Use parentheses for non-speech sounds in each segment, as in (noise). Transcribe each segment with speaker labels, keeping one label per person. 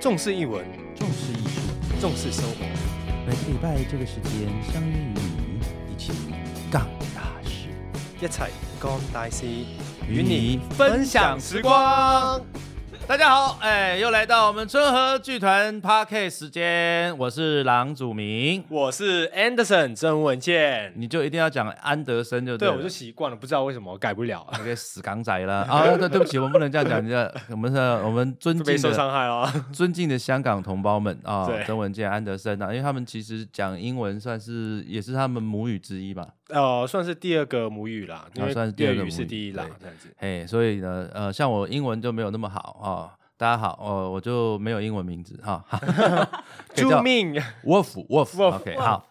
Speaker 1: 重视译文，
Speaker 2: 重视艺术，
Speaker 1: 重视生活。
Speaker 2: 每个礼拜这个时间相约与你一起杠大事，
Speaker 1: 一齐讲大事，
Speaker 2: 与
Speaker 1: 与
Speaker 2: 你
Speaker 1: 你
Speaker 2: 分
Speaker 1: 分
Speaker 2: 享
Speaker 1: 享
Speaker 2: 时
Speaker 1: 时
Speaker 2: 光
Speaker 1: 光。
Speaker 3: 大家好，哎，又来到我们春和剧团 p a r k 时间，我是郎祖明，
Speaker 1: 我是 Anderson 曾文健，
Speaker 3: 你就一定要讲安德森就
Speaker 1: 对
Speaker 3: 了
Speaker 1: 我就习惯了，不知道为什么我改不了，
Speaker 3: (laughs) 那个死港仔啦啊！对，对不起，我们不能这样讲，人家我
Speaker 1: (laughs)
Speaker 3: 们是，我们尊
Speaker 1: 被
Speaker 3: 敬
Speaker 1: 受
Speaker 3: 的
Speaker 1: 伤害了。
Speaker 3: 尊敬的香港同胞们啊
Speaker 1: 对，
Speaker 3: 曾文健、安德森啊，因为他们其实讲英文算是也是他们母语之一吧。
Speaker 1: 呃，算是第二个母语啦，因为
Speaker 3: 啊算是第
Speaker 1: 粤
Speaker 3: 二个
Speaker 1: 语
Speaker 3: 母
Speaker 1: 是
Speaker 3: 语
Speaker 1: 第一啦
Speaker 3: 对，
Speaker 1: 这样子。
Speaker 3: 嘿，所以呢，呃，像我英文就没有那么好啊、大家好，哦，我就没有英文名字哈。哈哈哈 (laughs) 可以
Speaker 1: 救
Speaker 3: 叫啊
Speaker 1: 命！
Speaker 3: Wolf
Speaker 1: Wolf
Speaker 3: Wolf，OK，好。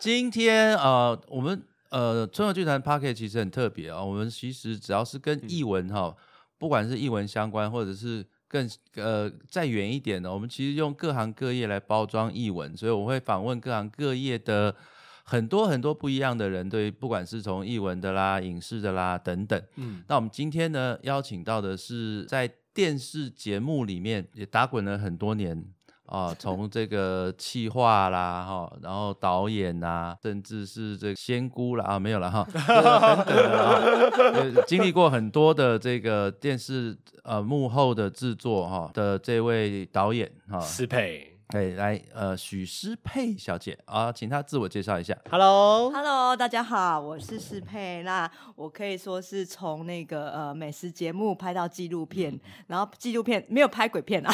Speaker 3: 今天呃，我们呃，春和剧团 Pocket 其实很特别啊、我们其实只要是跟
Speaker 1: 嗯
Speaker 3: 译文哈、不管是译文相关，或者是更呃再远一点的，我们其实用各行各业来包装译文，所以我会访问各行各业的很多很多不一样的人，对于不管是从译文的啦、影视的啦等等。
Speaker 1: 嗯，
Speaker 3: 那我们今天呢，邀请到的是在电视节目里面也打滚了很多年啊、从这个企划啦哈、然后导演啊，甚至是这个仙姑啦啊，没有了哈，等等的 (laughs) 啊，呃经历过很多的这个电视呃幕后的制作哈、的这位导演哈。
Speaker 1: 失陪。
Speaker 3: 哎，来，呃，许诗佩小姐啊，请她自我介绍一下。
Speaker 1: Hello，
Speaker 4: Hello，大家好，我是施佩。那我可以说是从那个呃美食节目拍到纪录片，然后纪录片没有拍鬼片啊，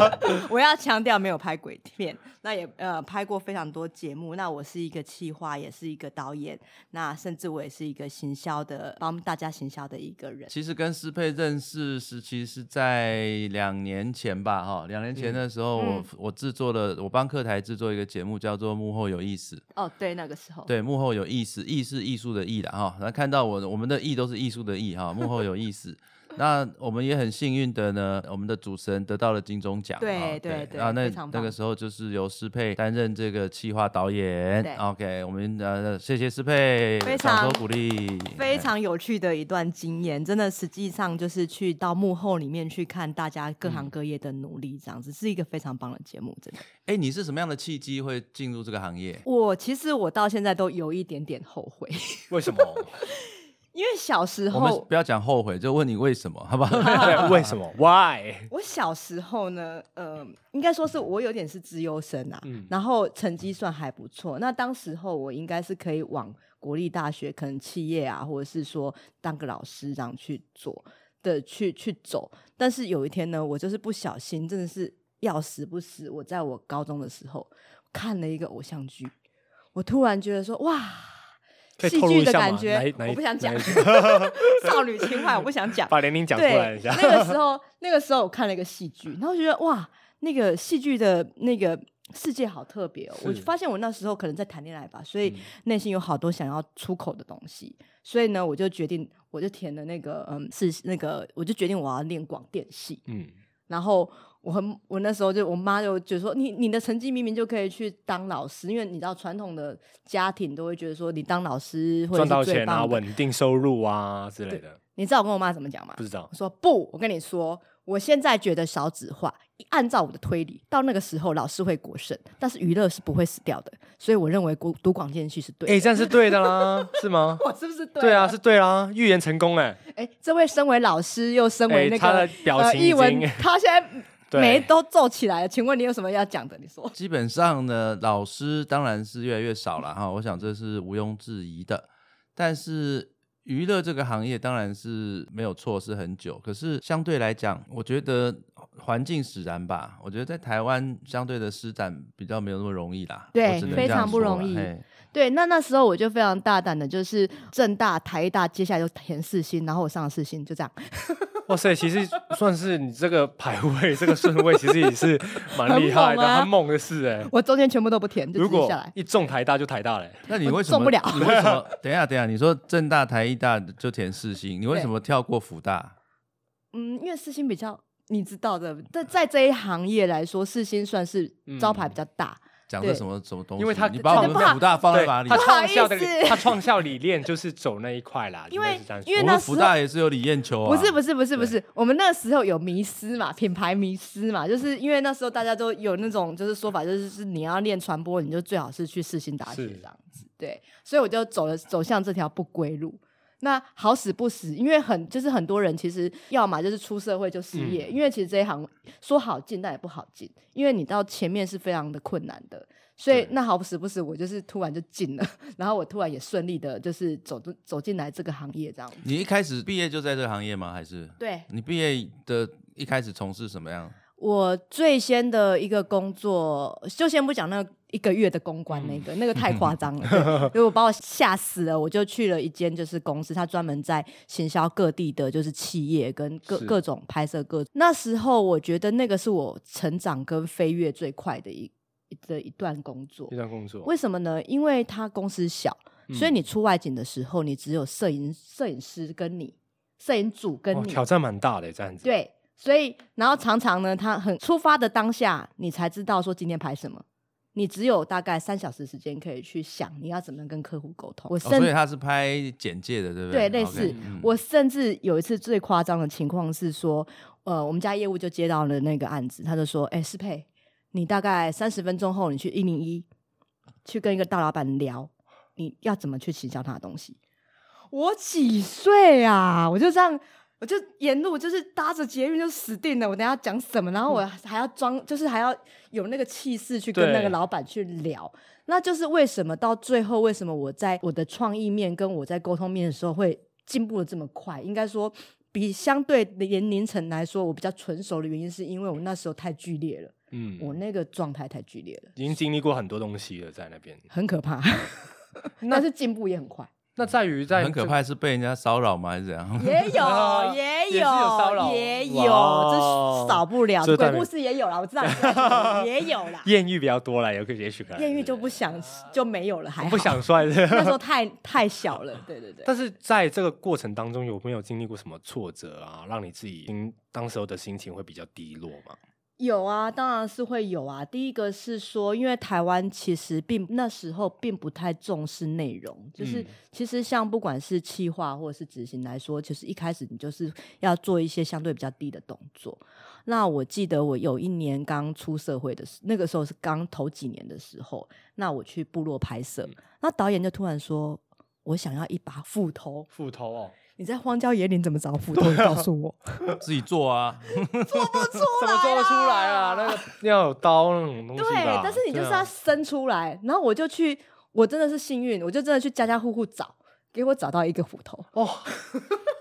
Speaker 4: (laughs) 我要强调没有拍鬼片。那也呃拍过非常多节目。那我是一个企划，也是一个导演，那甚至我也是一个行销的，帮大家行销的一个人。
Speaker 3: 其实跟思佩认识时期是在两年前吧，哈，两年前的时候我，我、
Speaker 4: 嗯
Speaker 3: 制作了，我帮客台制作一个节目，叫做《幕后有意思》，
Speaker 4: 哦，对，那个时候，
Speaker 3: 对，幕后有意思，意是艺术的意的哈。那看到我我们的意都是艺术的意哈，幕后有意思。那我们也很幸运的呢，我们的主持人得到了金钟奖。
Speaker 4: 对
Speaker 3: 哈
Speaker 4: 对对
Speaker 3: 啊，那
Speaker 4: 非常
Speaker 3: 那
Speaker 4: 棒
Speaker 3: 个时候就是由施佩担任这个企划导演
Speaker 4: 对。
Speaker 3: OK，我们呃谢谢施佩，
Speaker 4: 非
Speaker 3: 掌声
Speaker 4: 常
Speaker 3: 鼓励，
Speaker 4: 非常有趣的一段经验，真的实际上就是去到幕后里面去看大家各行各业的努力，这样子、是一个非常棒的节目，真的。
Speaker 3: 哎，你是什么样的契机会进入这个行业？
Speaker 4: 我其实我到现在都有一点点后悔， (laughs)
Speaker 1: 为什么？
Speaker 4: 因为小时
Speaker 3: 我们
Speaker 4: 候
Speaker 3: 不要讲后悔，就问你为什么，好不
Speaker 4: (laughs)
Speaker 3: 好？
Speaker 1: 对，为什么？Why？
Speaker 4: 我小时候呢，呃，应该说是我有点是资优生啊，
Speaker 1: 嗯
Speaker 4: 然后成绩算还不错。那当时候我应该是可以往国立大学，可能企业啊，或者是说当个老师这样去做的去去走。但是有一天呢，我就是不小心，真的是要死不死。我在我高中的时候看了一个偶像剧，我突然觉得说，哇！
Speaker 1: 可以
Speaker 4: 戏
Speaker 1: 透露
Speaker 4: 剧
Speaker 1: 一
Speaker 4: 的
Speaker 1: 下
Speaker 4: 感
Speaker 1: 吗
Speaker 4: 觉
Speaker 1: 哪一哪，一 (laughs)
Speaker 4: 我不想讲
Speaker 1: 哪
Speaker 4: 少女情怀，我不想讲。
Speaker 1: 把年龄讲出
Speaker 4: 对，。
Speaker 1: 来一下
Speaker 4: 那个时候，那个时候我看了一个戏剧，然后我觉得哇，那个戏剧的那个世界好特别哦。我
Speaker 1: 是嗯
Speaker 4: 发现我那时候可能在谈恋爱吧，所以内心有好多想要出口的东西，所以呢，我就决定，我就填了那个嗯，是那个，我就决定我要念广电系。
Speaker 1: 嗯，
Speaker 4: 然后我很，我那时候就我妈就觉得说，你你的成绩明明就可以去当老师，因为你知道传统的家庭都会觉得说，你当老师或
Speaker 1: 赚
Speaker 4: 者
Speaker 1: 到
Speaker 4: 是最
Speaker 1: 钱啊，
Speaker 4: 棒的。
Speaker 1: 稳定收入啊之类的，
Speaker 4: 你知道我跟我妈怎么讲吗
Speaker 1: 不？知道
Speaker 4: 我。说不，我跟你说，我现在觉得少子化，按照我的推理，到那个时候老师会过剩，但是娱乐是不会死掉的，所以我认为读读广电系是对的。
Speaker 1: 哎，这样是对的啦，是吗？
Speaker 4: (laughs) 我是不是对？
Speaker 1: 对啊，是。对啊，预言成功哎！
Speaker 4: 哎，这位身为老师又身为
Speaker 1: 哎
Speaker 4: 那
Speaker 1: 他
Speaker 4: 个、
Speaker 1: 的表情
Speaker 4: 呃、
Speaker 1: 已
Speaker 4: 译文
Speaker 1: 经，
Speaker 4: 他现在
Speaker 1: (laughs) 对
Speaker 4: 眉都皱起来了。请问你有什么要讲的？你说。
Speaker 3: 基本上呢，老师当然是越来越少了哈，我想这是毋庸置疑的。但是娱乐这个行业当然是没有错，是很久。可是相对来讲，我觉得环境使然吧。我觉得在台湾相对的施展比较没有那么容易啦，
Speaker 4: 对
Speaker 3: 我只能
Speaker 4: 非
Speaker 3: 这样
Speaker 4: 常不
Speaker 3: 说啦
Speaker 4: 容易
Speaker 3: 嘿
Speaker 4: 对，那那时候我就非常大胆的，就是正大、台大，接下来就填四星，然后我上了四星，就这样。
Speaker 1: 哇塞，其实算是你这个排
Speaker 4: (laughs)
Speaker 1: 位、这个顺位，其实也是蛮厉害的，
Speaker 4: 很猛啊
Speaker 1: 很猛的事哎。
Speaker 4: 我中间全部都不填，就
Speaker 1: 如
Speaker 4: 直接
Speaker 1: 果
Speaker 4: 下来。
Speaker 1: 一中台大就台大嘞，
Speaker 3: 那你
Speaker 4: 我
Speaker 3: 为什么
Speaker 4: 受不了
Speaker 3: 你为什
Speaker 4: (laughs)
Speaker 3: 么？等一下，等一下，你说正大、台艺大就填四星，你为
Speaker 4: 对
Speaker 3: 什么跳过福大？
Speaker 4: 嗯，因为四星比较，你知道的，在在这一行业来说，四星算是招牌比较大，
Speaker 3: 讲这
Speaker 4: 对
Speaker 3: 什么什么东西？
Speaker 1: 因为他
Speaker 3: 你把我
Speaker 4: 不好
Speaker 3: 们五大放在
Speaker 1: 对，
Speaker 3: 哪里
Speaker 1: 他？
Speaker 4: 好
Speaker 1: 创校的
Speaker 4: 意思
Speaker 1: 他创校理念就是走那一块啦，
Speaker 4: 因为
Speaker 1: 应该是这样说
Speaker 4: 因为
Speaker 3: 我
Speaker 4: 那
Speaker 3: 们
Speaker 4: 时
Speaker 3: 福
Speaker 4: 候
Speaker 3: 大也是有李艳秋啊，
Speaker 4: 不是不是不是不是，我们那时候有迷失嘛，品牌迷失嘛，就是因为那时候大家都有那种就是说法，就是是你要练传播，你就最好是去世新大学
Speaker 1: 是
Speaker 4: 这样子。对，所以我就走了走向这条不归路。那好死不死，因为很就是很多人其实要么就是出社会就失业，
Speaker 1: 嗯
Speaker 4: 因为其实这一行说好进但也不好进，因为你到前面是非常的困难的。所以
Speaker 1: 对
Speaker 4: 那好死不死，我就是突然就进了， (laughs) 然后我突然也顺利的，就是走走进来这个行业这样子。
Speaker 3: 你一开始毕业就在这个行业吗？还是
Speaker 4: 对，
Speaker 3: 你毕业的一开始从事什么样？
Speaker 4: 我最先的一个工作，就先不讲那一个月的公关那个，那个太夸张了，对 (laughs) 因为我把我吓死了。我就去了一间就是公司，它专门在行销各地的，就是企业跟各
Speaker 1: 是
Speaker 4: 各种拍摄各。那时候我觉得那个是我成长跟飞跃最快的一的一段工作
Speaker 1: 这。段工作，
Speaker 4: 为什么呢？因为它公司小，所以你出外景的时候，你只有摄影摄影师跟你，摄影组跟
Speaker 1: 哇
Speaker 4: 你，
Speaker 1: 挑战蛮大的这样子，，
Speaker 4: 对，所以然后常常呢，他很出发的当下，你才知道说今天拍什么。你只有大概三小时时间可以去想你要怎么跟客户沟通。我
Speaker 3: 哦、
Speaker 4: 甚、
Speaker 3: 所以他是拍简介的，对不对？
Speaker 4: 对类
Speaker 3: OK，
Speaker 4: 似
Speaker 3: 嗯
Speaker 4: 我甚至有一次最夸张的情况是说，呃，我们家业务就接到了那个案子，他就说：“哎、适配，你大概三十分钟后，你去一零一去跟一个大老板聊，你要怎么去行销他的东西。”我几岁啊？我就这样，我就沿路就是搭着捷运就死定了。我等一下讲什么，然后
Speaker 1: 嗯
Speaker 4: 我还要装，就是还要有那个气势去跟那
Speaker 1: 对
Speaker 4: 个老板去聊。那就是为什么到最后，为什么我在我的创意面跟我在沟通面的时候会进步的这么快？应该说，比相对的年龄层来说，我比较成熟的原因，是因为我那时候太剧烈了，
Speaker 1: 嗯，
Speaker 4: 我那个状态太剧烈了，
Speaker 1: 已经经历过很多东西了，在那边。
Speaker 4: 很可 (laughs) 怕。但是进步也很快，
Speaker 1: 那在于在
Speaker 3: 嗯很可
Speaker 1: 这，
Speaker 3: 怕，是被人家骚扰吗？还是怎样？
Speaker 4: (laughs)
Speaker 3: (laughs)
Speaker 4: 也
Speaker 1: 啊
Speaker 4: 有，也
Speaker 1: 也是有骚扰
Speaker 4: 有，也有，
Speaker 1: 哇
Speaker 4: 这少不了。
Speaker 1: 这
Speaker 4: 鬼
Speaker 1: 当然。
Speaker 4: 故事也有啦，我知道你在讲的，也有啦
Speaker 1: 艳遇比较多了，有个也许可能
Speaker 4: 艳遇就不想就没有了，还好
Speaker 1: 不。
Speaker 4: (laughs)
Speaker 1: 想帅
Speaker 4: 那时
Speaker 1: 的。
Speaker 4: 候太太小了，对对对。
Speaker 1: 但是在这个过程当中，有没有经历过什么挫折啊，让你自己心当时候的心情会比较低落嘛？
Speaker 4: 有啊，当然是会有啊。第一个是说，因为台湾其实并那时候并不太重视内容，就是、
Speaker 1: 嗯
Speaker 4: 其实像不管是企划或者是执行来说，其实一开始你就是要做一些相对比较低的动作。那我记得我有一年刚出社会的时，那个时候是刚头几年的时候，那我去部落拍摄，
Speaker 1: 嗯
Speaker 4: 那导演就突然说。我想要一把斧头，
Speaker 1: 斧头哦，
Speaker 4: 你在荒郊野岭怎么找
Speaker 1: (laughs)
Speaker 4: 斧头？你告诉我，
Speaker 3: 自己做啊，
Speaker 1: 啊怎么做得出来啊？那个 (laughs) 要有刀那种东西
Speaker 4: 对
Speaker 1: 吧，
Speaker 4: 但是你就是
Speaker 1: 对啊
Speaker 4: 要伸出来，然后我就去，我真的是幸运，我就真的去家家户户找，给我找到一个斧头，
Speaker 1: 哦，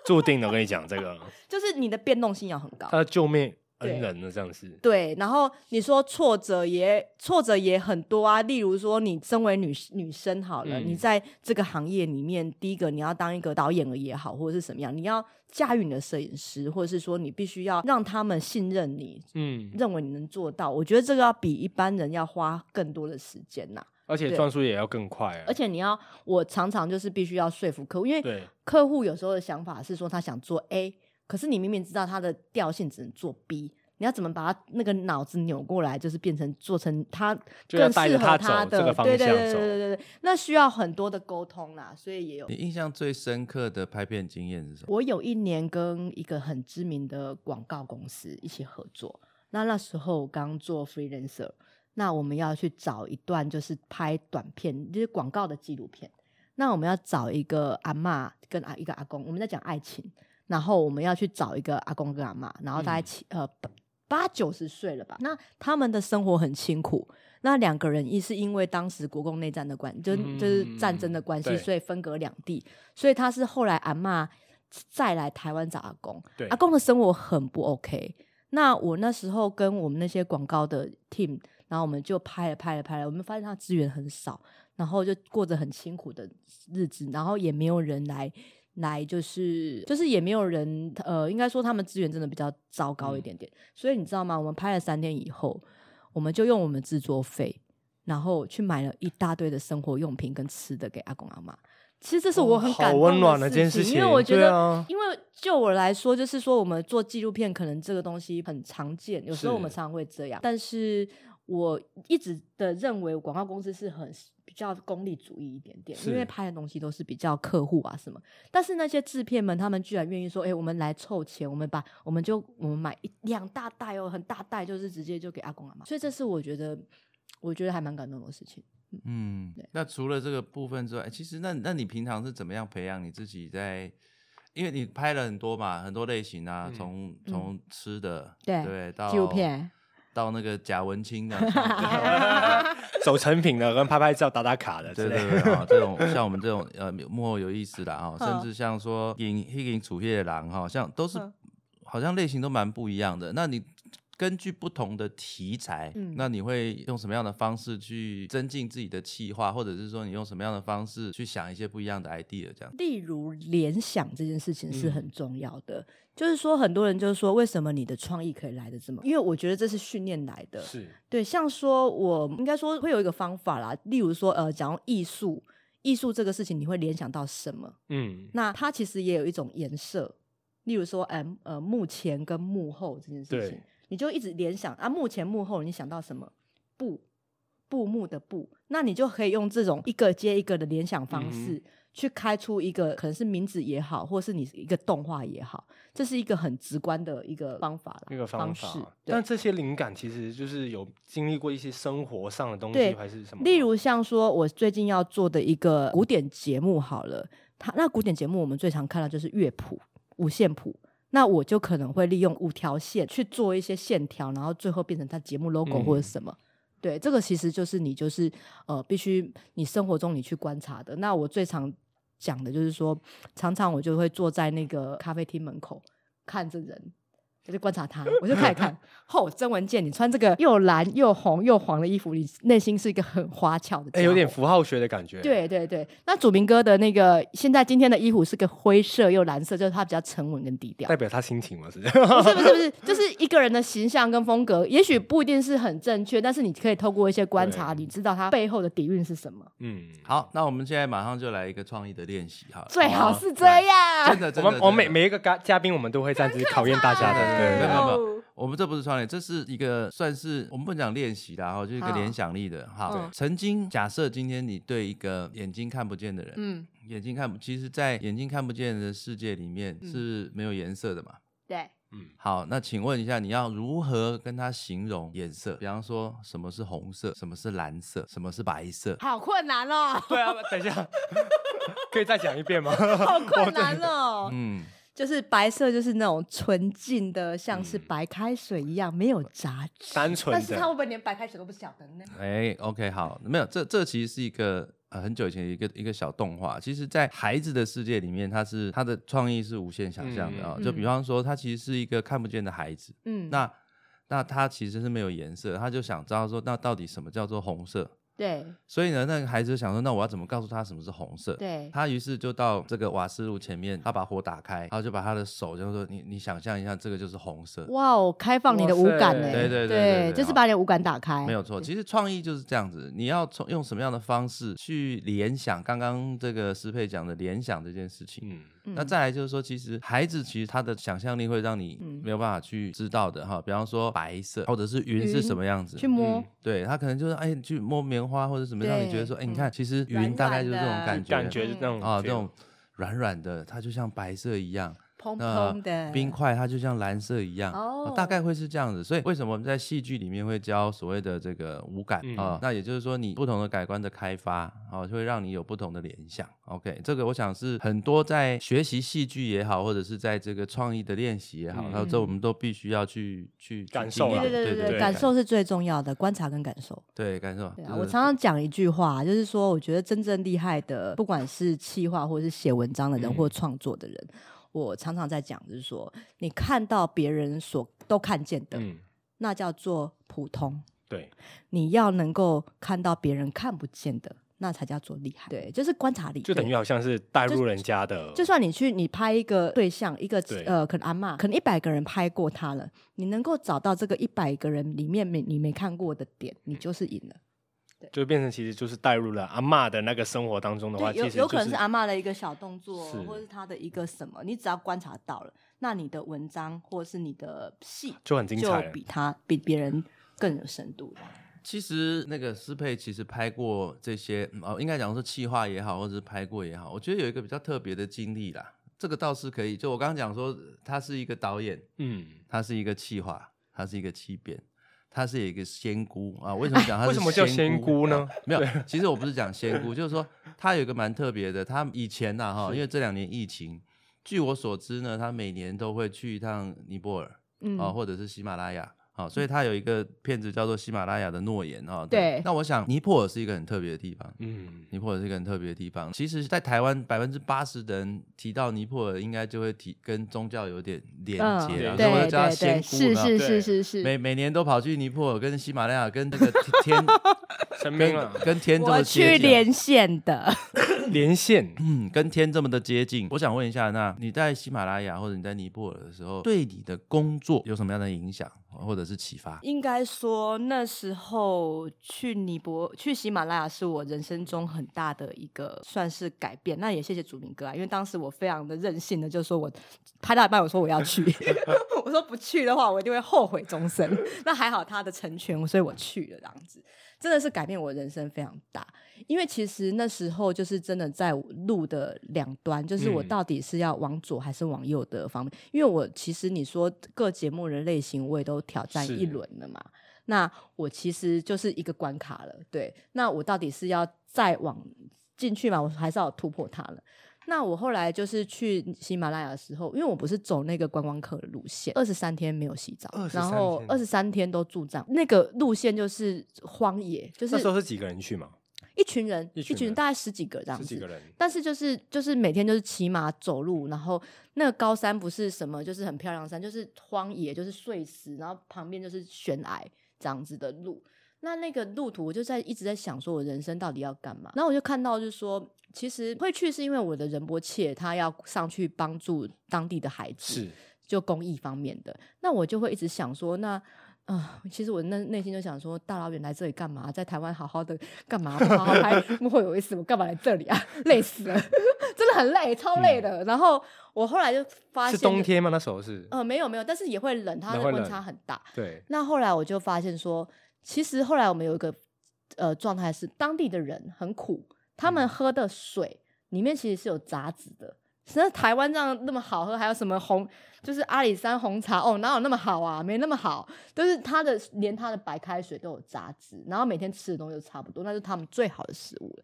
Speaker 1: 注定的，我跟你讲这
Speaker 4: (laughs)
Speaker 1: 个，
Speaker 4: 就是你的变动性要很高
Speaker 1: 他。的救命恩
Speaker 4: 对
Speaker 1: 人呢，这样是。
Speaker 4: 对，然后你说挫折也挫折也很多啊，例如说你身为女女生好了，
Speaker 1: 嗯
Speaker 4: 你在这个行业里面，第一个你要当一个导演了也好，或者是什么样，你要驾驭你的摄影师，或者是说你必须要让他们信任你，
Speaker 1: 嗯，
Speaker 4: 认为你能做到。我觉得这个要比一般人要花更多的时间呐、
Speaker 1: 而且
Speaker 4: 对
Speaker 1: 转速也要更快啊，
Speaker 4: 而且你要，我常常就是必须要说服客户，因为
Speaker 1: 对，
Speaker 4: 客户有时候的想法是说他想做 A，可是你明明知道他的调性只能做 B，你要怎么把他那个脑子扭过来，就是变成做成他
Speaker 1: 就要
Speaker 4: 更
Speaker 1: 带
Speaker 4: 适
Speaker 1: 着
Speaker 4: 合
Speaker 1: 走
Speaker 4: 他的，
Speaker 1: 这个方
Speaker 4: 对
Speaker 1: 向
Speaker 4: 对对对
Speaker 1: 走。
Speaker 4: 对对对，那需要很多的沟通啦，所以也有
Speaker 3: 你。印象最深刻的拍片经验是什么？
Speaker 4: 我有一年跟一个很知名的广告公司一起合作，那那时候我刚做 freelancer，那我们要去找一段就是拍短片，就是广告的纪录片。那我们要找一个阿嬷跟阿一个阿公，我们在讲爱情，然后我们要去找一个阿公跟阿嬷，然后大概七、呃八八九十岁了吧，那他们的生活很辛苦。那两个人一是因为当时国共内战的关，就就是战争的关系，
Speaker 1: 嗯对
Speaker 4: 所以分隔两地，所以他是后来阿嬷再来台湾找阿公，
Speaker 1: 对
Speaker 4: 阿公的生活很不 OK。那我那时候跟我们那些广告的 team，然后我们就拍了拍了拍了，我们发现他资源很少，然后就过着很辛苦的日子，然后也没有人来来，就是就是也没有人，呃，应该说他们资源真的比较糟糕
Speaker 1: 嗯
Speaker 4: 一点点。所以你知道吗？我们拍了三天以后，我们就用我们制作费，然后去买了一大堆的生活用品跟吃的给阿公阿妈。其实这是我很
Speaker 1: 哦
Speaker 4: 感
Speaker 1: 好
Speaker 4: 动
Speaker 1: 温暖的
Speaker 4: 的
Speaker 1: 这件事情，
Speaker 4: 因为我觉
Speaker 1: 对
Speaker 4: 得
Speaker 1: 啊，
Speaker 4: 因为就我来说，就是说我们做纪录片，可能这个东西很常见，有时候
Speaker 1: 是
Speaker 4: 我们常常会这样。但是我一直的认为广告公司是很比较功利主义一点点，
Speaker 1: 是
Speaker 4: 因为拍的东西都是比较客户啊什么。但是那些制片们，他们居然愿意说：“哎、我们来凑钱，我们把我们就我们买一两大袋哦，很大袋，就是直接就给阿公阿妈。”所以这是我觉得，我觉得还蛮感动的事情。
Speaker 3: 嗯，那除了这个部分之外，哎其实那那你平常是怎么样培养你自己在？因为你拍了很多嘛，很多类型啊，
Speaker 1: 嗯
Speaker 3: 从从吃的
Speaker 4: 对
Speaker 3: 对到
Speaker 4: 纪录片，
Speaker 3: 到那个贾文清啊
Speaker 4: (laughs)
Speaker 3: 的，
Speaker 1: 走成品的跟拍拍照、打打卡的之
Speaker 3: 对
Speaker 1: 类的。
Speaker 3: 对
Speaker 4: (laughs)
Speaker 3: 对啊，这种像我们这种呃幕后有意思的啊，甚
Speaker 5: 嗯
Speaker 3: 至像说影黑影楚夜郎哈，像都是
Speaker 5: 嗯
Speaker 3: 好像类型都蛮不一样的。那你根据不同的题材，
Speaker 4: 嗯
Speaker 3: 那你会用什么样的方式去增进自己的企划，或者是说你用什么样的方式去想一些不一样的 idea 这样？
Speaker 4: 例如联想这件事情是
Speaker 1: 嗯
Speaker 4: 很重要的，就是说很多人就是说，为什么你的创意可以来的这么？因为我觉得这是训练来的，
Speaker 1: 是
Speaker 4: 对，像说我应该说会有一个方法啦，例如说呃，讲到艺术，艺术这个事情你会联想到什么？
Speaker 1: 嗯，
Speaker 4: 那它其实也有一种颜色，例如说呃呃幕前跟幕后这件事情
Speaker 1: 对，
Speaker 4: 你就一直联想啊幕前幕后你想到什么？布布幕的布，那你就可以用这种一个接一个的联想
Speaker 1: 嗯
Speaker 4: 方式。去开出一个可能是名字也好，或是你一个动画也好，这是一个很直观的一个方法啦
Speaker 1: 那个方法
Speaker 4: 式。对。
Speaker 1: 但这些灵感其实就是有经历过一些生活上的东西，
Speaker 4: 对
Speaker 1: 还是什么吗？
Speaker 4: 例如像说，我最近要做的一个古典节目好了，它那古典节目我们最常看到就是乐谱、五线谱。那我就可能会利用五条线去做一些线条，然后最后变成它节目 logo
Speaker 1: 嗯
Speaker 4: 或者什么。对，这个其实就是你就是呃，必须你生活中你去观察的。那我最常讲的就是说，常常我就会坐在那个咖啡厅门口看这人，我就观察他，我就开始看。吼，曾文健，你穿这个又蓝又红又黄的衣服，你内心是一个很花俏的家伙，
Speaker 1: 哎，有点符号学的感觉。，
Speaker 4: 对对对，那祖明哥的那个现在今天的衣服是个灰色又蓝色，就是他比较沉稳
Speaker 1: (laughs)
Speaker 4: 跟低调
Speaker 1: 代。表他心情嘛，是这样。
Speaker 4: 不是不是不是，就是一个人的形象跟风格，也许不一定是很正确，但是你可以透过一些观察，
Speaker 1: 对
Speaker 4: 你知道他背后的底蕴是什么。
Speaker 1: 嗯，
Speaker 3: 好，那我们现在马上就来一个创意的练习哈，
Speaker 4: 最好
Speaker 3: 吗
Speaker 4: 是这
Speaker 3: 来
Speaker 4: 样
Speaker 3: 真。的，
Speaker 1: 我
Speaker 3: 真的，
Speaker 1: 们我们每
Speaker 3: 真的
Speaker 1: 每一个嘉嘉宾，我们都会这样子考验大家的。
Speaker 3: 没有没
Speaker 1: 对，
Speaker 3: 有没有，我们这不是创业，这是一个算是我们不能讲练习啦，哈，就是一个
Speaker 4: 好
Speaker 3: 联想力的哈。
Speaker 4: 嗯
Speaker 3: 曾经假设今天你对一个眼睛看不见的人，
Speaker 4: 嗯，
Speaker 3: 眼睛看不，其实，在眼睛看不见的世界里面
Speaker 4: 嗯
Speaker 3: 是没有颜色的嘛。
Speaker 4: 对，
Speaker 1: 嗯
Speaker 3: 好，那请问一下，你要如何跟他形容颜色？比方说，什么是红色，什么是蓝色，什么是白色？
Speaker 4: 好困难哦，
Speaker 1: 对啊，等一下， (laughs) 可以再讲一遍吗？
Speaker 4: 好困难哦。
Speaker 3: 嗯，
Speaker 4: 就是白色，就是那种纯净的，像是白开水一样，没有杂质。
Speaker 1: 嗯单纯
Speaker 4: 但是他会
Speaker 1: 的，
Speaker 4: 不会连白开水都不晓得呢？
Speaker 3: 哎，OK，好，没有，这这其实是一个。呃很久以前的一个一个小动画，其实，在孩子的世界里面，他是他的创意是无限想象的啊、
Speaker 4: 嗯
Speaker 3: 就比方说，他其实是一个看不见的孩子，
Speaker 4: 嗯，
Speaker 3: 那那他其实是没有颜色，他就想知道说，那到底什么叫做红色？
Speaker 4: 对
Speaker 3: 所以呢，那个孩子就想说，那我要怎么告诉他什么是红色？
Speaker 4: 对，
Speaker 3: 他于是就到这个瓦斯炉前面，他把火打开，然后就把他的手就说：“你你想象一下，这个就是红色。
Speaker 4: 哇哦，开放你的五感呢、
Speaker 1: 哇塞
Speaker 3: 对对对
Speaker 4: 对
Speaker 3: 对对
Speaker 4: 就是把你的五感打开。”
Speaker 3: 没有错，其实创意就是这样子，你要从用什么样的方式去联想刚刚这个师佩讲的联想这件事情。
Speaker 1: 嗯，
Speaker 4: 嗯，
Speaker 3: 那再来就是说，其实孩子其实他的想象力会让你
Speaker 4: 嗯
Speaker 3: 没有办法去知道的哈，比方说白色或者是云是
Speaker 4: 云
Speaker 3: 什么样子，
Speaker 4: 去摸、
Speaker 1: 嗯
Speaker 3: 对他可能就是哎，去摸棉花或者什么，让你觉得说，哎，
Speaker 4: 对嗯
Speaker 3: 你看，其实云
Speaker 4: 软
Speaker 3: 大概就是这种
Speaker 4: 软的
Speaker 3: 感觉，
Speaker 1: 感
Speaker 4: 嗯
Speaker 1: 觉是那种
Speaker 3: 啊，
Speaker 1: feel
Speaker 3: 这种软软的，它就像白色一样，
Speaker 4: 砰
Speaker 3: 那
Speaker 4: 砰的
Speaker 3: 冰块它就像蓝色一样，
Speaker 4: 哦
Speaker 3: 大概会是这样子。所以为什么我们在戏剧里面会教所谓的这个五感啊、
Speaker 1: 嗯
Speaker 3: 那也就是说，你不同的感官的开发啊，就会让你有不同的联想。OK，这个我想是很多在学习戏剧也好，或者是在这个创意的练习也好，
Speaker 1: 嗯
Speaker 3: 还有这我们都必须要去去
Speaker 1: 感
Speaker 3: 去
Speaker 1: 受
Speaker 3: 经
Speaker 1: 啦
Speaker 3: 验
Speaker 4: 对啊对
Speaker 3: 对
Speaker 4: 对对
Speaker 1: 对
Speaker 4: 对，感受是最重要的，观察跟感受。
Speaker 3: 对感受。
Speaker 4: 对啊，
Speaker 3: 就是
Speaker 4: 我常常讲一句话，就是说，我觉得真正厉害的，不管是企划或是写文章的人，
Speaker 1: 嗯
Speaker 4: 或创作的人，我常常在讲，就是说，你看到别人所都看见的，
Speaker 1: 嗯，
Speaker 4: 那叫做普通；
Speaker 1: 对，
Speaker 4: 你要能够看到别人看不见的，那才叫做厉害。对，就是观察力，
Speaker 1: 就等
Speaker 4: 对
Speaker 1: 于好像是带入人家的，
Speaker 4: 就算你去你拍一个对象，一个
Speaker 1: 对
Speaker 4: 呃，可能阿嬷，可能一百个人拍过他了，你能够找到这个一百个人里面没你没看过的点，你就是赢了。
Speaker 1: 嗯就变成其实就是带入了阿嬷的那个生活当中的话，其
Speaker 4: 对，有
Speaker 1: 实
Speaker 4: 有
Speaker 1: 就
Speaker 4: 可能是阿嬷的一个小动作
Speaker 1: 是，
Speaker 4: 或是她的一个什么，你只要观察到了，那你的文章或是你的戏
Speaker 1: 就很精
Speaker 4: 就
Speaker 1: 彩了
Speaker 4: 比他比别人更有深度了。
Speaker 3: 其实那个思佩其实拍过这些，嗯哦，应该讲说企划也好，或者是拍过也好，我觉得有一个比较特别的经历啦。这个倒是可以，就我刚刚讲说，他是一个导演，
Speaker 1: 嗯，
Speaker 3: 他是一个企划，他是一个欺编，他是一个仙姑啊。为什么讲他是
Speaker 1: 为什么叫仙姑呢
Speaker 3: 啊没有，其实我不是讲仙姑，就是说他有一个蛮特别的。他以前呐、哈，因为这两年疫情，据我所知呢，他每年都会去一趟尼泊尔
Speaker 4: 嗯，
Speaker 1: 哦
Speaker 3: 啊，或者是喜马拉雅。啊，所以他有一个片子叫做《喜马拉雅的诺言》啊。
Speaker 4: 对
Speaker 3: 那我想尼泊尔是一个很特别的地方，
Speaker 1: 嗯，
Speaker 3: 尼泊尔是一个很特别的地方。其实，在台湾百分之八十的人提到尼泊尔，应该就会提跟宗教有点连
Speaker 4: 嗯，
Speaker 3: 接啊，所
Speaker 4: 对
Speaker 3: 以我就
Speaker 4: 对
Speaker 3: 叫它仙
Speaker 4: 对，
Speaker 3: 姑有没
Speaker 4: 是
Speaker 3: 有。
Speaker 4: 是
Speaker 1: 对
Speaker 4: 是是是，
Speaker 3: 每每年都跑去尼泊尔、跟喜马拉雅、跟那个
Speaker 4: (laughs)
Speaker 3: 天
Speaker 1: 成名了
Speaker 3: 跟，跟天这么
Speaker 5: 我
Speaker 3: 接
Speaker 5: 去
Speaker 3: 近，
Speaker 5: 连线的，
Speaker 1: 连线
Speaker 3: 嗯，跟天这么的接近。我想问一下，那你在喜马拉雅或者你在尼泊尔的时候，对你的工作有什么样的影响或者是启发？
Speaker 5: 应该说那时候去尼泊去喜马拉雅是我人生中很大的一个算是改变。那也谢谢祖明哥啊，因为当时我非常的任性的，就说我拍到一半我说我要去， (laughs) 我说不去的话我一定会后悔终身。那还好他的成全，所以我去了这样子。真的是改变我人生非常大，因为其实那时候就是真的在路的两端，就是我
Speaker 1: 嗯
Speaker 4: 到底是要往左还是往右的方面。因为我其实你说各节目的类型我也都挑战
Speaker 1: 是
Speaker 4: 一轮了嘛，那我其实就是一个关卡了。对，那我到底是要再往进去嘛，我还是要突破它了。那我后来就是去喜马拉雅的时候，因为我不是走那个观光客的路线，二十三天没有洗澡
Speaker 1: 23，
Speaker 4: 然后
Speaker 1: 天
Speaker 4: 二十三天都住帐，那个路线就是荒野，就是
Speaker 1: 那时候是几个人去嘛？
Speaker 4: 一群人，
Speaker 1: 一
Speaker 4: 一
Speaker 1: 群
Speaker 4: 群
Speaker 1: 人
Speaker 4: 人大概十几个这样
Speaker 1: 十几
Speaker 4: 子
Speaker 1: 个。人，
Speaker 4: 但是就是就是每天就是骑马走路，然后那个高山不是什么，就是很漂亮的山，就是荒野，就是碎石，然后旁边就是悬崖这样子的路。那那个路途，我就在一直在想，说我人生到底要干嘛？然后我就看到，就是说，其实会去是因为我的仁波切他要上去帮助当地的孩子，
Speaker 1: 是
Speaker 4: 就公益方面的，那我就会一直想说，那啊、其实我内内心就想说，大老远来这里干嘛？在台湾好好的干嘛？不好好
Speaker 1: (laughs)
Speaker 4: 拍幕后有意思，我干嘛来这里啊？累死了， (laughs) 真的很累，超累的。然后我后来就发
Speaker 1: 嗯是
Speaker 4: 现，
Speaker 1: 冬，天吗？那时候是，
Speaker 4: 呃，没有没有，但是也会冷，它
Speaker 1: 也
Speaker 4: 的
Speaker 1: 会
Speaker 4: 温
Speaker 1: 冷
Speaker 4: 差很大。
Speaker 1: 对，
Speaker 4: 那后来我就发现说，其实后来我们有一个呃状态是，当地的人很苦，他
Speaker 1: 嗯
Speaker 4: 们喝的水里面其实是有杂质的。那台湾这样那么好喝，还有什么红，就是阿里山红茶哦，哪有那么好啊？没那么好，就是它的连它的白开水都有杂质，然后每天吃的东西都差不多，那是他们最好的食物了。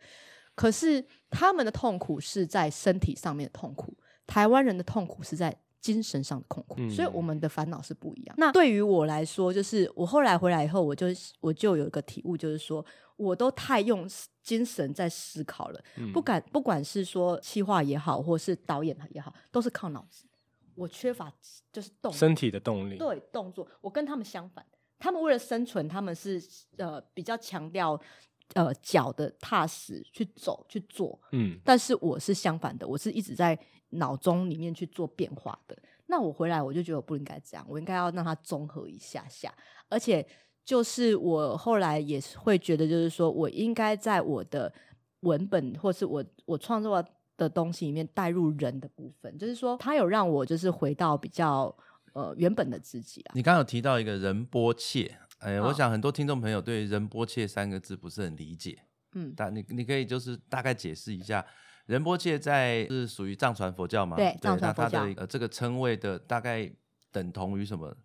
Speaker 4: 可是他们的痛苦是在身体上面的痛苦，台湾人的痛苦是在精神上的痛苦，
Speaker 1: 嗯
Speaker 4: 所以我们的烦恼是不一样。那对于我来说，就是我后来回来以后，我就我就有一个体悟，就是说我都太用精神在思考了，
Speaker 1: 嗯
Speaker 4: 不敢不管是说企划也好，或是导演也好，都是靠脑子。我缺乏就是动
Speaker 1: 身体的动力，
Speaker 4: 对动作，我跟他们相反，他们为了生存，他们是呃比较强调呃脚的踏实去走去做，
Speaker 1: 嗯，
Speaker 4: 但是我是相反的，我是一直在脑中里面去做变化的。那我回来我就觉得我不应该这样，我应该要让它综合一下下，而且就是我后来也是会觉得，就是说我应该在我的文本或是我我创作的东西里面带入人的部分，就是说它有让我就是回到比较呃原本的自己啊。
Speaker 3: 你刚刚有提到一个仁波切，哎、我
Speaker 4: 哦
Speaker 3: 想很多听众朋友对仁波切三个字不是很理解，
Speaker 4: 嗯，
Speaker 3: 但你你可以就是大概解释一下，仁波切在是属于藏传佛教吗？
Speaker 4: 对藏传
Speaker 3: 那它
Speaker 4: 佛
Speaker 3: 的
Speaker 4: 教
Speaker 3: 呃这个称谓的大概等同于什么？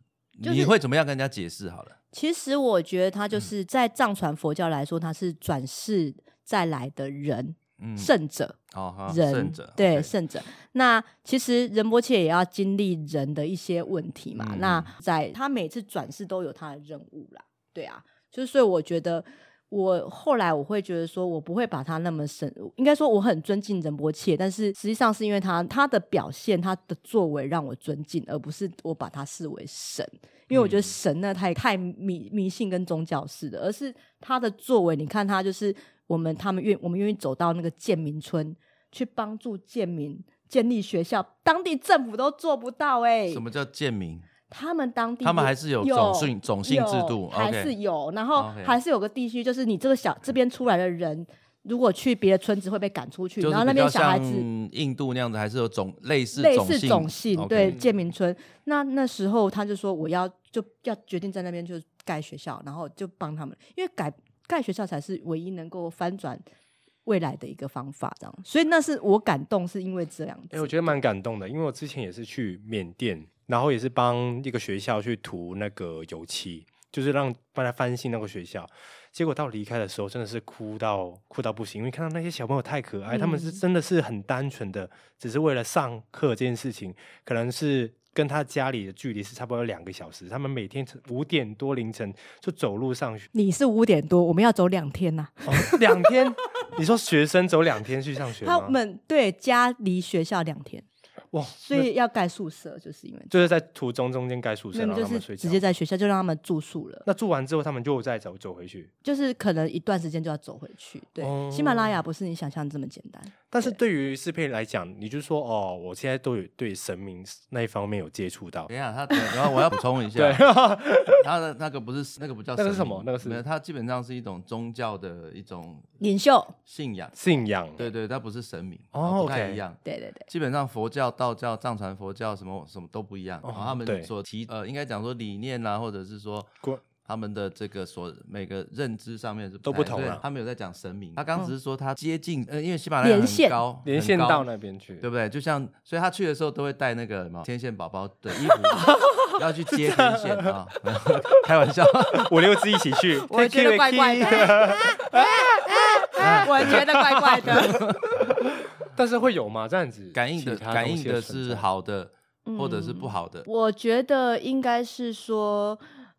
Speaker 4: 就是
Speaker 3: 你会怎么样跟人家解释好了？
Speaker 4: 其实我觉得它就是在藏传佛教来说，它是转世再来的人、
Speaker 3: 嗯，
Speaker 4: 圣者。
Speaker 3: 哦哈，
Speaker 4: 人
Speaker 3: 圣者
Speaker 4: 对
Speaker 3: OK
Speaker 4: 圣者。那其实仁波切也要经历人的一些问题嘛。
Speaker 3: 嗯
Speaker 4: 那在他每次转世都有他的任务啦，对啊，就是所以我觉得。我后来我会觉得说，我不会把他那么深，应该说我很尊敬仁波切，但是实际上是因为他他的表现、他的作为让我尊敬，而不是我把他视为神，因
Speaker 3: 嗯
Speaker 4: 为我觉得神呢太太迷迷信跟宗教式的，而是他的作为，你看他就是我们他们愿我们愿意走到那个建民村，去帮助建民建立学校，当地政府都做不到哎、
Speaker 3: 什么叫贱民？
Speaker 4: 他们当地
Speaker 3: 他们还是有种姓种姓制度
Speaker 4: 有还
Speaker 3: OK
Speaker 4: 是有，然后
Speaker 3: OK
Speaker 4: 还是有个地区，就是你这个小这边出来的人，如果去别的村子会被赶出去，
Speaker 3: 就是
Speaker 4: 然后那
Speaker 3: 比较
Speaker 4: 边小孩子
Speaker 3: 像印度那样子，还是有种类似
Speaker 4: 类
Speaker 3: 种
Speaker 4: 似
Speaker 3: 姓
Speaker 4: 种姓
Speaker 3: OK
Speaker 4: 对建民村。那那时候他就说我要就要决定在那边就盖学校，然后就帮他们，因为改盖学校才是唯一能够翻转未来的一个方法，这样。所以那是我感动，是因为这样
Speaker 1: 哎、
Speaker 4: 子。
Speaker 1: 我觉得蛮感动的，因为我之前也是去缅甸，然后也是帮一个学校去涂那个油漆，就是让帮他翻新那个学校。结果到离开的时候，真的是哭到哭到不行，因为看到那些小朋友太可爱，他们是
Speaker 4: 嗯
Speaker 1: 真的是很单纯的，只是为了上课这件事情，可能是。跟他家里的距离是差不多两个小时，他们每天五点多凌晨就走路上学，
Speaker 4: 你是五点多，我们要走两天呐、
Speaker 1: 哦两、天。 (laughs) 你说学生走两天去上学吗？
Speaker 4: 他们对家离学校两天，
Speaker 1: 哇，
Speaker 4: 所以要盖宿舍，就是因为
Speaker 1: 就是在途中中间盖宿舍，
Speaker 4: 那
Speaker 1: 然
Speaker 4: 么
Speaker 1: 后
Speaker 4: 就
Speaker 1: 他
Speaker 4: 是
Speaker 1: 们睡觉。
Speaker 4: 直接在学校就让他们住宿了，
Speaker 1: 那住完之后，他们就再走走回去。
Speaker 4: 就是可能一段时间就要走回去。对，
Speaker 1: 哦
Speaker 4: 喜马拉雅不是你想象这么简单。
Speaker 1: 但是对于适配来讲，你就说哦，我现在都有对神明那一方面有接触到
Speaker 3: 等。一下，他等一下我要补充一
Speaker 4: (laughs)
Speaker 3: 下，
Speaker 1: 对，
Speaker 3: 啊他的那个不是那个不叫
Speaker 1: 那个是
Speaker 3: 神
Speaker 1: 什么
Speaker 3: 明
Speaker 1: 那个是
Speaker 3: 没有它基本上是一种宗教的一种
Speaker 4: 领袖，
Speaker 3: 信仰，
Speaker 1: 信仰，
Speaker 3: 对对，它不是神明，
Speaker 1: 嗯哦
Speaker 3: 不太
Speaker 1: OK
Speaker 3: 一样。
Speaker 4: 对对对，
Speaker 3: 基本上佛教、道教、藏传佛教什么什么都不一样，
Speaker 1: 哦
Speaker 3: 然后他
Speaker 1: 对
Speaker 3: 们所提呃，应该讲说理念啊，或者是说
Speaker 1: 过
Speaker 3: 他们的这个所每个认知上面是
Speaker 1: 都
Speaker 3: 太
Speaker 1: 不同
Speaker 3: 对
Speaker 1: 啊哦
Speaker 3: 他们有在讲神明，他刚刚只是说他接近，呃，因为喜马拉雅
Speaker 4: 连
Speaker 3: 很
Speaker 4: 线
Speaker 3: 高，
Speaker 1: 连
Speaker 3: 很
Speaker 1: 线
Speaker 3: 高
Speaker 1: 到那边去。
Speaker 3: 对不对？就像，所以他去的时候都会带那个什么天线宝宝的衣
Speaker 1: (laughs)
Speaker 3: 服，要去接天线啊， (laughs) 开玩笑。
Speaker 1: 我六只一起
Speaker 3: (laughs)
Speaker 1: 去，
Speaker 5: 我觉得怪怪的，
Speaker 4: (laughs)
Speaker 5: 我觉得怪怪的。
Speaker 1: 但是会有吗？这样子
Speaker 3: (laughs) 感应的
Speaker 1: 其他
Speaker 3: 感
Speaker 1: 东
Speaker 3: 应
Speaker 1: 西
Speaker 3: 的
Speaker 1: 存
Speaker 3: 是
Speaker 1: 在，
Speaker 3: 好的，或者是不
Speaker 4: 嗯
Speaker 3: 好的。
Speaker 4: (laughs) 我觉得应该是说，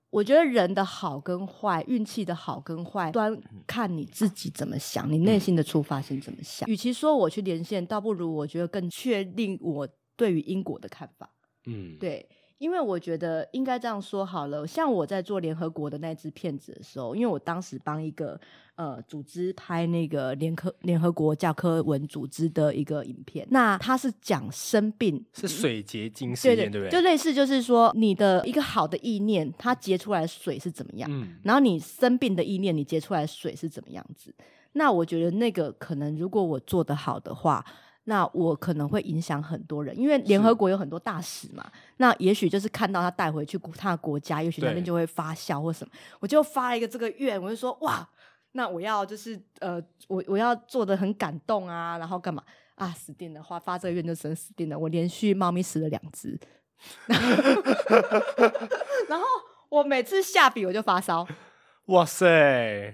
Speaker 4: 我觉得人的好跟坏，运气的好跟坏，端
Speaker 5: 嗯
Speaker 4: 看你自己怎么想，你内心的出发心怎么想。与其说我去连线，倒不如我觉得更确定我对于因果的看法。
Speaker 1: 嗯，
Speaker 4: 对，因为我觉得应该这样说好了。像我在做联合国的那支片子的时候，因为我当时帮一个呃组织拍那个联合联合国教科文组织的一个影片，那它是讲生病
Speaker 1: 是水结晶实
Speaker 4: 对
Speaker 1: 验，对不对？
Speaker 4: 就类似就是说你的一个好的意念，它结出来的水是怎么样，
Speaker 1: 嗯，
Speaker 4: 然后你生病的意念，你结出来的水是怎么样子。那我觉得那个可能，如果我做得好的话，那我可能会影响很多人，因为联合国有很多大使嘛。那也许就是看到他带回去他的国家，也许那边
Speaker 1: 对
Speaker 4: 就会发酵或什么。我就发了一个这个愿，我就说哇，那我要就是呃，我我要做的很感动啊，然后干嘛啊？死定了，发发这个愿就真死定了。我连续猫咪死了两只， (laughs) 然后我每次下笔我就发烧。
Speaker 1: 哇塞，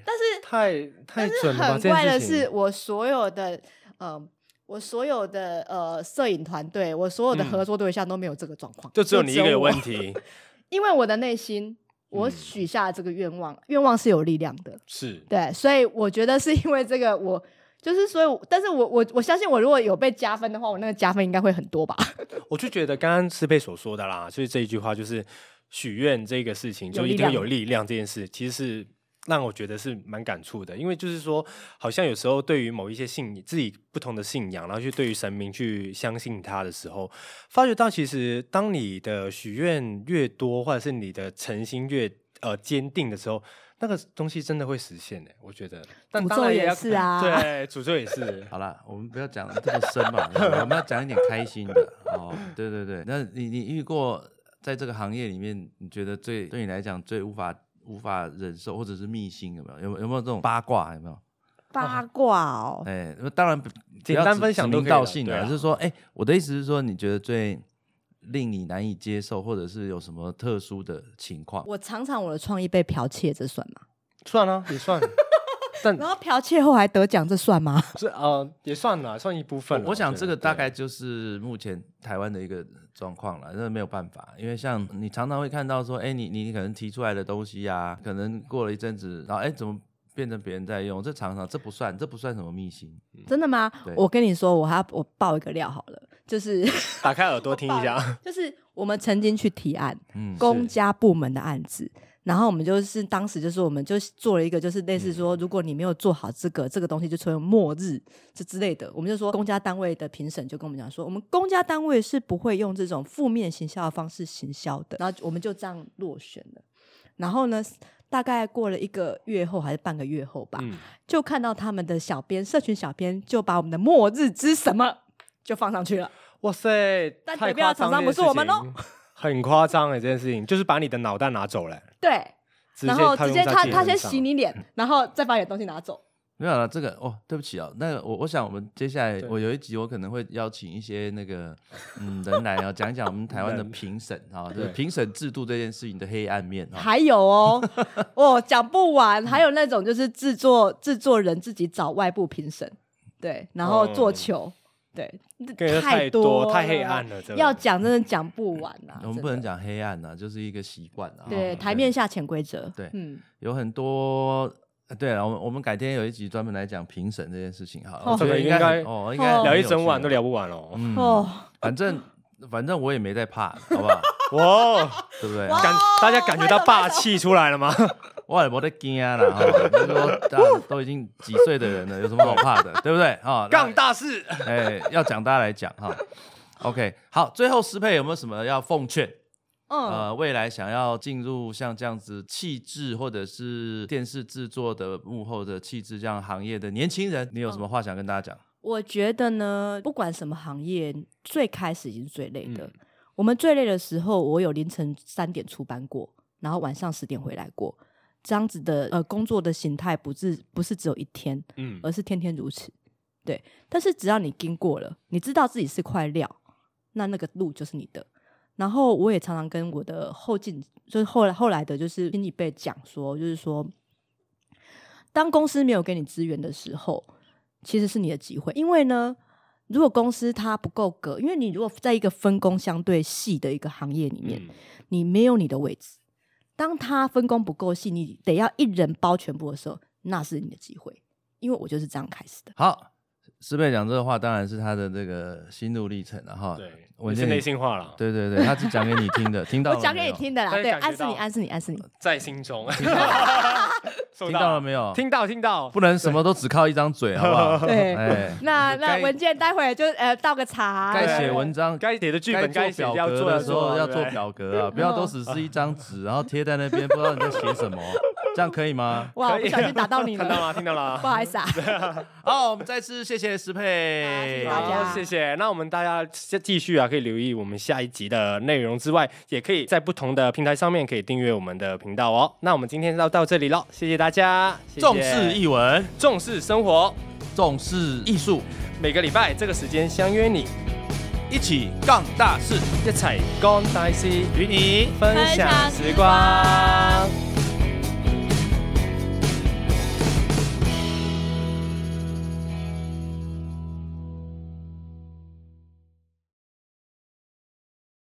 Speaker 4: 但是
Speaker 1: 太太
Speaker 4: 但是
Speaker 1: 准了吧！
Speaker 4: 很
Speaker 1: 这件
Speaker 4: 怪的
Speaker 1: 事情
Speaker 4: 是，我所有的呃，我所有的呃摄影团队，我所有的
Speaker 1: 嗯
Speaker 4: 合作对象都没有这个状况，
Speaker 1: 就只有你一个有
Speaker 4: 我
Speaker 1: 问，题，
Speaker 4: (laughs) 因为我的内心。我
Speaker 1: 嗯
Speaker 4: 许下了这个愿望，愿望是有力量的，
Speaker 1: 是
Speaker 4: 对，所以我觉得是因为这个，我就是所以我，但是我我我相信，我如果有被加分的话，我那个加分应该会很多吧。 (laughs)
Speaker 1: 我就觉得刚刚师佩所说的啦，就是这一句话，就是许愿这个事情，就
Speaker 4: 有
Speaker 1: 一
Speaker 4: 力
Speaker 1: 定
Speaker 4: 量
Speaker 1: 有力量这件事，其实是让我觉得是蛮感触的，因为就是说，好像有时候对于某一些信自己不同的信仰，然后去对于神明去相信他的时候，发觉到其实当你的许愿越多，或者是你的诚心越呃坚定的时候。那个东西真的会实现的、欸我觉得。但
Speaker 4: 诅
Speaker 1: 当然
Speaker 4: 咒
Speaker 1: 也
Speaker 4: 也
Speaker 1: 要
Speaker 4: 是
Speaker 1: (laughs)
Speaker 4: 啊
Speaker 1: 对，诅咒也
Speaker 4: (laughs)
Speaker 1: 是
Speaker 3: 好啦，我们不要讲得这么深嘛，我们要讲一点开心的 (laughs) 哦。对对对，那你你遇过在这个行业里面，你觉得最对你来讲最无法无法忍受，或者是秘辛有没有？有没有有没有这种八卦？有没有？
Speaker 5: 八卦哦，
Speaker 3: 哎，那当然不
Speaker 1: 简
Speaker 3: 不要
Speaker 1: 单
Speaker 3: 指
Speaker 1: 分享
Speaker 3: 指
Speaker 1: 都
Speaker 3: 名
Speaker 1: 可以了
Speaker 3: 道姓
Speaker 1: 对啊
Speaker 3: 就是说，哎，我的意思是说，你觉得最令你难以接受，或者是有什么特殊的情况？
Speaker 4: 我常常我的创意被剽窃，这算吗？
Speaker 1: 算啊，也算，
Speaker 4: (laughs)
Speaker 1: 但
Speaker 4: 然后剽窃后还得奖，这算吗？
Speaker 1: 是呃也算啦，算一部分啦。
Speaker 3: 我我想
Speaker 1: 觉
Speaker 3: 这个
Speaker 1: 得
Speaker 3: 大
Speaker 1: 对
Speaker 3: 概就是目前台湾的一个状况了，真的没有办法，因为像你常常会看到说，哎、你你你可能提出来的东西啊，可能过了一阵子，然后哎、怎么变成别人在用？这常常这不算，这不算什么秘辛。
Speaker 4: 真的吗
Speaker 3: 对？
Speaker 4: 我跟你说，我还要我爆一个料好了，
Speaker 3: (laughs)
Speaker 4: 就是。
Speaker 1: 打开耳朵听
Speaker 4: (laughs)
Speaker 1: 一下。
Speaker 4: 就是我们曾经去提案
Speaker 3: 嗯，
Speaker 4: 公家部门的案子，然后我们就是当时就是我们就做了一个就是类
Speaker 3: 嗯
Speaker 4: 似说，如果你没有做好这个这个东西，就成为末日这之类的。我们就说公家单位的评审就跟我们讲说，我们公家单位是不会用这种负面行销的方式行销的，然后我们就这样落选了。然后呢，大概过了一个月后还是半个月后吧，
Speaker 1: 嗯，
Speaker 4: 就看到他们的小编社群小编就把我们的末日之什么 (laughs) 就放上去了。
Speaker 1: 哇塞，
Speaker 4: 但
Speaker 1: 太
Speaker 4: 得标
Speaker 1: 夸
Speaker 4: 的厂
Speaker 1: 张这
Speaker 4: 商不
Speaker 1: 件
Speaker 4: 是我们
Speaker 1: 欸事情，很夸张哎，这件事情就是把你的脑袋拿走了。
Speaker 4: 对，
Speaker 1: 直接
Speaker 4: 然后
Speaker 1: 套用
Speaker 4: 直接
Speaker 1: 在
Speaker 4: 他
Speaker 1: 自己
Speaker 4: 他先
Speaker 1: 身上
Speaker 4: 洗你脸，然后再把你的东西拿走。
Speaker 3: 没有了，这个哦，对不起啊，那个我我想我们接下来
Speaker 1: 对
Speaker 3: 我有一集我可能会邀请一些那个嗯人来啊，讲一讲我们台
Speaker 1: (laughs)
Speaker 3: 湾的评审啊，就是
Speaker 1: 对
Speaker 3: 评审制度这件事情的黑暗面啊。
Speaker 4: 还有哦，我讲不完。还有那种就是制作制作人自己找外部评审，对，然后做球，
Speaker 1: 感觉
Speaker 4: 对，
Speaker 1: 太
Speaker 4: 多
Speaker 1: 太黑
Speaker 4: 了
Speaker 1: 暗了，这个
Speaker 4: 要讲真的讲不完啊，
Speaker 3: 我们
Speaker 4: 真
Speaker 3: 不能
Speaker 4: 的。
Speaker 3: 讲黑暗啊，就是一个习惯啊。
Speaker 4: 对，台面下潜规则。
Speaker 3: 对
Speaker 4: 嗯，
Speaker 3: 有很多。呃对了，我们我们改天有一集专门来讲评审这件事情哈，
Speaker 4: 哦
Speaker 3: 我觉
Speaker 1: 这
Speaker 3: 得
Speaker 1: 个
Speaker 3: 应
Speaker 1: 应该
Speaker 3: 哦，应该
Speaker 4: 哦
Speaker 1: 聊一整晚都
Speaker 3: 聊。
Speaker 1: 聊不完哦。
Speaker 3: 嗯，
Speaker 4: 哦，
Speaker 3: 反正反正我也没在怕，好不
Speaker 4: (laughs)
Speaker 3: 好？
Speaker 1: 哇，哦
Speaker 3: 对不对？
Speaker 4: 哦
Speaker 1: 感大家感觉到
Speaker 4: 拍手拍
Speaker 1: 霸气出来了
Speaker 3: (laughs)
Speaker 1: 吗？
Speaker 3: 我也没在惊啊啦，哈，就是说大家都已经几岁的人了，有什么好怕的，对不对？哈，那
Speaker 1: 杠大事，
Speaker 3: 哎，要讲大家来讲哈。OK，好，最后师佩有没有什么要奉劝？
Speaker 4: 嗯，
Speaker 3: 呃，未来想要进入像这样子气质或者是电视制作的幕后的气质这样行业的年轻人，你有
Speaker 4: 嗯
Speaker 3: 什么话想跟大家讲？
Speaker 4: 我觉得呢，不管什么行业，最开始已经是最累的。
Speaker 1: 嗯
Speaker 4: 我们最累的时候，我有凌晨三点出班过，然后晚上十点回来过。这样子的呃工作的形态，不是不是只有一天，
Speaker 1: (laughs) 嗯，
Speaker 4: 而是天天如此。对，但是只要你经过了，你知道自己是块料，那那个路就是你的。然后我也常常跟我的后进，就是后来后来的，就是听一辈讲说，就是说，当公司没有给你资源的时候，其实是你的机会，因为呢。如果公司它不够格，因为你如果在一个分工相对细的一个行业里面，
Speaker 1: 嗯
Speaker 4: 你没有你的位置。当他分工不够细，你得要一人包全部的时候，那是你的机会。因为我就是这样开始的。
Speaker 3: 好，师佩讲这个话当然是他的这个心路历程了哈。
Speaker 1: 对，
Speaker 3: 我
Speaker 1: 也是
Speaker 3: 建议
Speaker 1: 内心话了，
Speaker 3: 对对对，他是讲给你听的，听到
Speaker 4: 我
Speaker 3: 了
Speaker 4: 讲
Speaker 3: 没
Speaker 4: 给你
Speaker 3: 有，
Speaker 4: 听的啦，
Speaker 1: 但是
Speaker 4: 对，
Speaker 1: 感觉
Speaker 4: 暗示你，
Speaker 1: 到
Speaker 4: 暗示你，暗示你。
Speaker 1: 在心中。 (laughs) 收
Speaker 3: (laughs) 听到了没有？
Speaker 1: 听到听到，
Speaker 3: 不能什么都只靠一张嘴，好
Speaker 1: (laughs)
Speaker 3: 不好？
Speaker 4: 对， (laughs)
Speaker 3: 哎，
Speaker 4: 那
Speaker 3: 该
Speaker 4: 那文件待会儿就呃倒个茶，
Speaker 3: 该写文章。
Speaker 1: 该写的剧本
Speaker 3: 该
Speaker 1: 该
Speaker 3: 做
Speaker 1: 写
Speaker 3: 表
Speaker 1: 要
Speaker 3: 格
Speaker 1: 做
Speaker 3: 的
Speaker 1: 的
Speaker 3: 时候要
Speaker 1: 对
Speaker 3: 做
Speaker 1: 不对
Speaker 3: 表格啊，不要都只是一张纸，然后贴在那边，不知道你在写
Speaker 1: (laughs)
Speaker 3: 什么，这样可以吗？
Speaker 4: 哇，我
Speaker 1: 可以
Speaker 4: 不小心打到你
Speaker 1: 看到 (laughs)
Speaker 4: 了，
Speaker 1: 了听到了
Speaker 4: 不。好意思啊。
Speaker 3: 好，我们再次谢谢石佩，
Speaker 4: 好谢谢大家
Speaker 1: 哎好，谢谢。那我们大家继续啊，可以留意我们下一集的内容之外，也可以在不同的平台上面可以订阅我们的频道哦。那我们今天到到这里喽，谢谢大家，谢谢
Speaker 3: 重视译文，
Speaker 1: 重视生活，
Speaker 3: 重视艺术，
Speaker 1: 每个礼拜这个时间相约你
Speaker 3: 一起杠大事，
Speaker 1: 一齐干大事，
Speaker 3: 与你
Speaker 1: 分
Speaker 5: 分
Speaker 1: 享
Speaker 5: 享
Speaker 1: 时光。